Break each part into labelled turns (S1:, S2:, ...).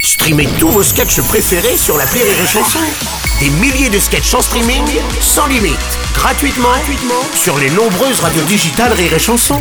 S1: Streamez tous vos sketchs préférés sur la Rire et Chanson. Des milliers de sketchs en streaming, sans limite, gratuitement, gratuitement sur les nombreuses radios digitales Rire et Chanson.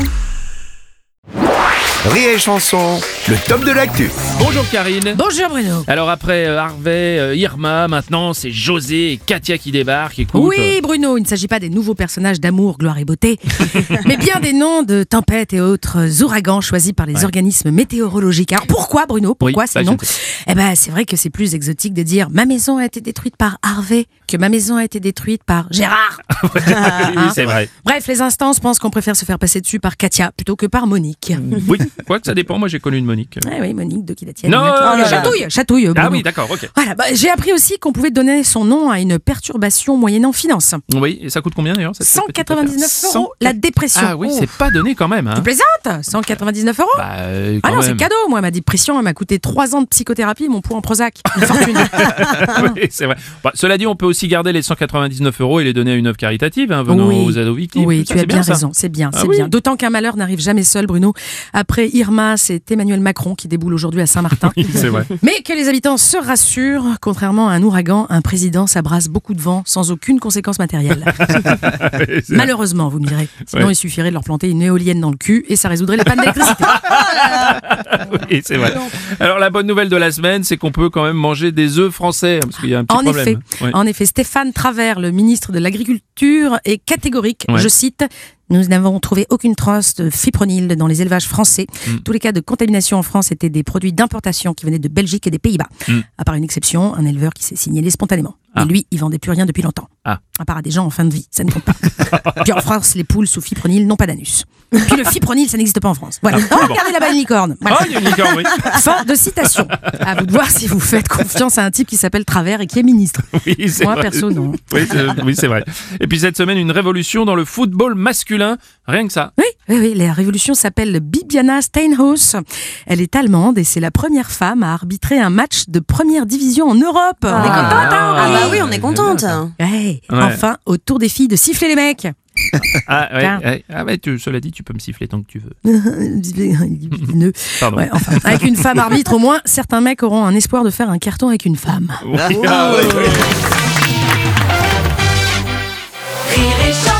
S2: Rire et Chanson, le top de l'actu.
S3: Bonjour Karine.
S4: Bonjour Bruno.
S3: Alors après euh, Harvey, euh, Irma, maintenant c'est José et Katia qui débarquent. Écoute, euh,
S4: Oui Bruno, il ne s'agit pas des nouveaux personnages d'amour, gloire et beauté, mais bien des noms de tempêtes et autres ouragans choisis par les organismes météorologiques. Alors pourquoi Bruno Pourquoi
S3: Oui,
S4: ces
S3: bah,
S4: noms
S3: je
S4: Eh ben c'est vrai que c'est plus exotique de dire ma maison a été détruite par Harvey que ma maison a été détruite par Gérard.
S3: euh,
S4: bah,
S3: oui,
S4: hein.
S3: c'est vrai.
S4: Bref, les instances pensent qu'on préfère se faire passer dessus par Katia plutôt que par Monique.
S3: Oui, quoi que ça dépend. Moi j'ai connu une Monique.
S4: Ah oui, Monique de qui la tienne
S3: Non,
S4: Monique.
S3: non, non, non, non.
S4: Chatouille, chatouille.
S3: Ah
S4: Bruno.
S3: oui, d'accord, ok.
S4: Voilà, bah, j'ai appris aussi qu'on pouvait donner son nom à une perturbation moyennant finance.
S3: Oui, et ça coûte combien d'ailleurs cette petite affaire
S4: 199
S3: Cent-
S4: euros la dépression.
S3: Ah oui,
S4: Oh.
S3: c'est pas donné quand même.
S4: Tu
S3: Hein.
S4: plaisantes 199 euros
S3: Bah, euh,
S4: Ah
S3: quand
S4: non, c'est
S3: même.
S4: cadeau, moi, ma dépression, elle m'a coûté 3 ans de psychothérapie, mon poids en Prozac. Une fortune. hein.
S3: Oui, c'est vrai. Bah, cela dit, on peut aussi garder les 199 euros et les donner à une œuvre caritative hein, venant
S4: Oui.
S3: aux ados victimes.
S4: oui,
S3: Ça,
S4: tu as
S3: c'est
S4: bien
S3: ça.
S4: raison, c'est bien,
S3: Ah
S4: c'est
S3: oui.
S4: bien. D'autant qu'un malheur n'arrive jamais seul, Bruno. Après Irma, c'est Emmanuel Macron qui déboule aujourd'hui à Saint-Martin.
S3: c'est vrai.
S4: Mais que les habitants se rassurent, contrairement à un ouragan, un président s'abrasse beaucoup de vent sans aucune conséquence matérielle. Malheureusement, vous me direz. Sinon,
S3: Ouais.
S4: il suffirait de leur planter une éolienne dans le cul et ça résoudrait les pannes d'électricité.
S3: Oui, c'est vrai. Alors la bonne nouvelle de la semaine, c'est qu'on peut quand même manger des œufs français hein, parce qu'il y a un petit
S4: En
S3: problème.
S4: effet,
S3: Ouais.
S4: en effet, Stéphane Travers, le ministre de l'Agriculture, est catégorique.
S3: Ouais.
S4: Je cite Nous n'avons trouvé aucune trace de fipronil dans les élevages français.
S3: Mm.
S4: Tous les cas de contamination en France étaient des produits d'importation qui venaient de Belgique et des Pays-Bas. À part une exception, un éleveur qui s'est signalé spontanément.
S3: Mm. Ah.
S4: Et lui, il vendait plus rien depuis longtemps.
S3: Ah.
S4: À part à des gens en fin de vie, ça ne compte pas. Puis en France, les poules sous fipronil n'ont pas d'anus. Puis le fipronil, ça n'existe pas en France.
S3: Ah,
S4: Voilà. Oh, regardez là-bas une licorne. Voilà.
S3: Oh, il y a une licorne, oui.
S4: Fin de citation. À vous de voir si vous faites confiance à un type qui s'appelle Travers et qui est ministre.
S3: Oui, c'est
S4: Moi,
S3: vrai.
S4: perso, non.
S3: Oui, c'est- oui, c'est vrai. Et puis cette semaine, une révolution dans le football masculin. Rien que ça.
S4: Oui, oui, oui, la révolution s'appelle Bibiana Steinhaus. Elle est allemande et c'est la première femme à arbitrer un match de première division en Europe. On est contente, hein
S3: Ah,
S5: Ah bah oui, on est
S3: c'est
S5: contente.
S4: Ouais.
S3: Ouais.
S4: Enfin, au tour des filles de siffler les mecs.
S3: Ah, ouais,
S4: Tiens.
S3: ouais. ah ouais, tu- cela dit, tu peux me siffler tant que tu veux. Pardon.
S4: Ouais, enfin, avec une femme arbitre, au moins, certains mecs auront un espoir de faire un carton avec une femme.
S3: Oui, ah ouais, ouais.
S5: Rire et chanson.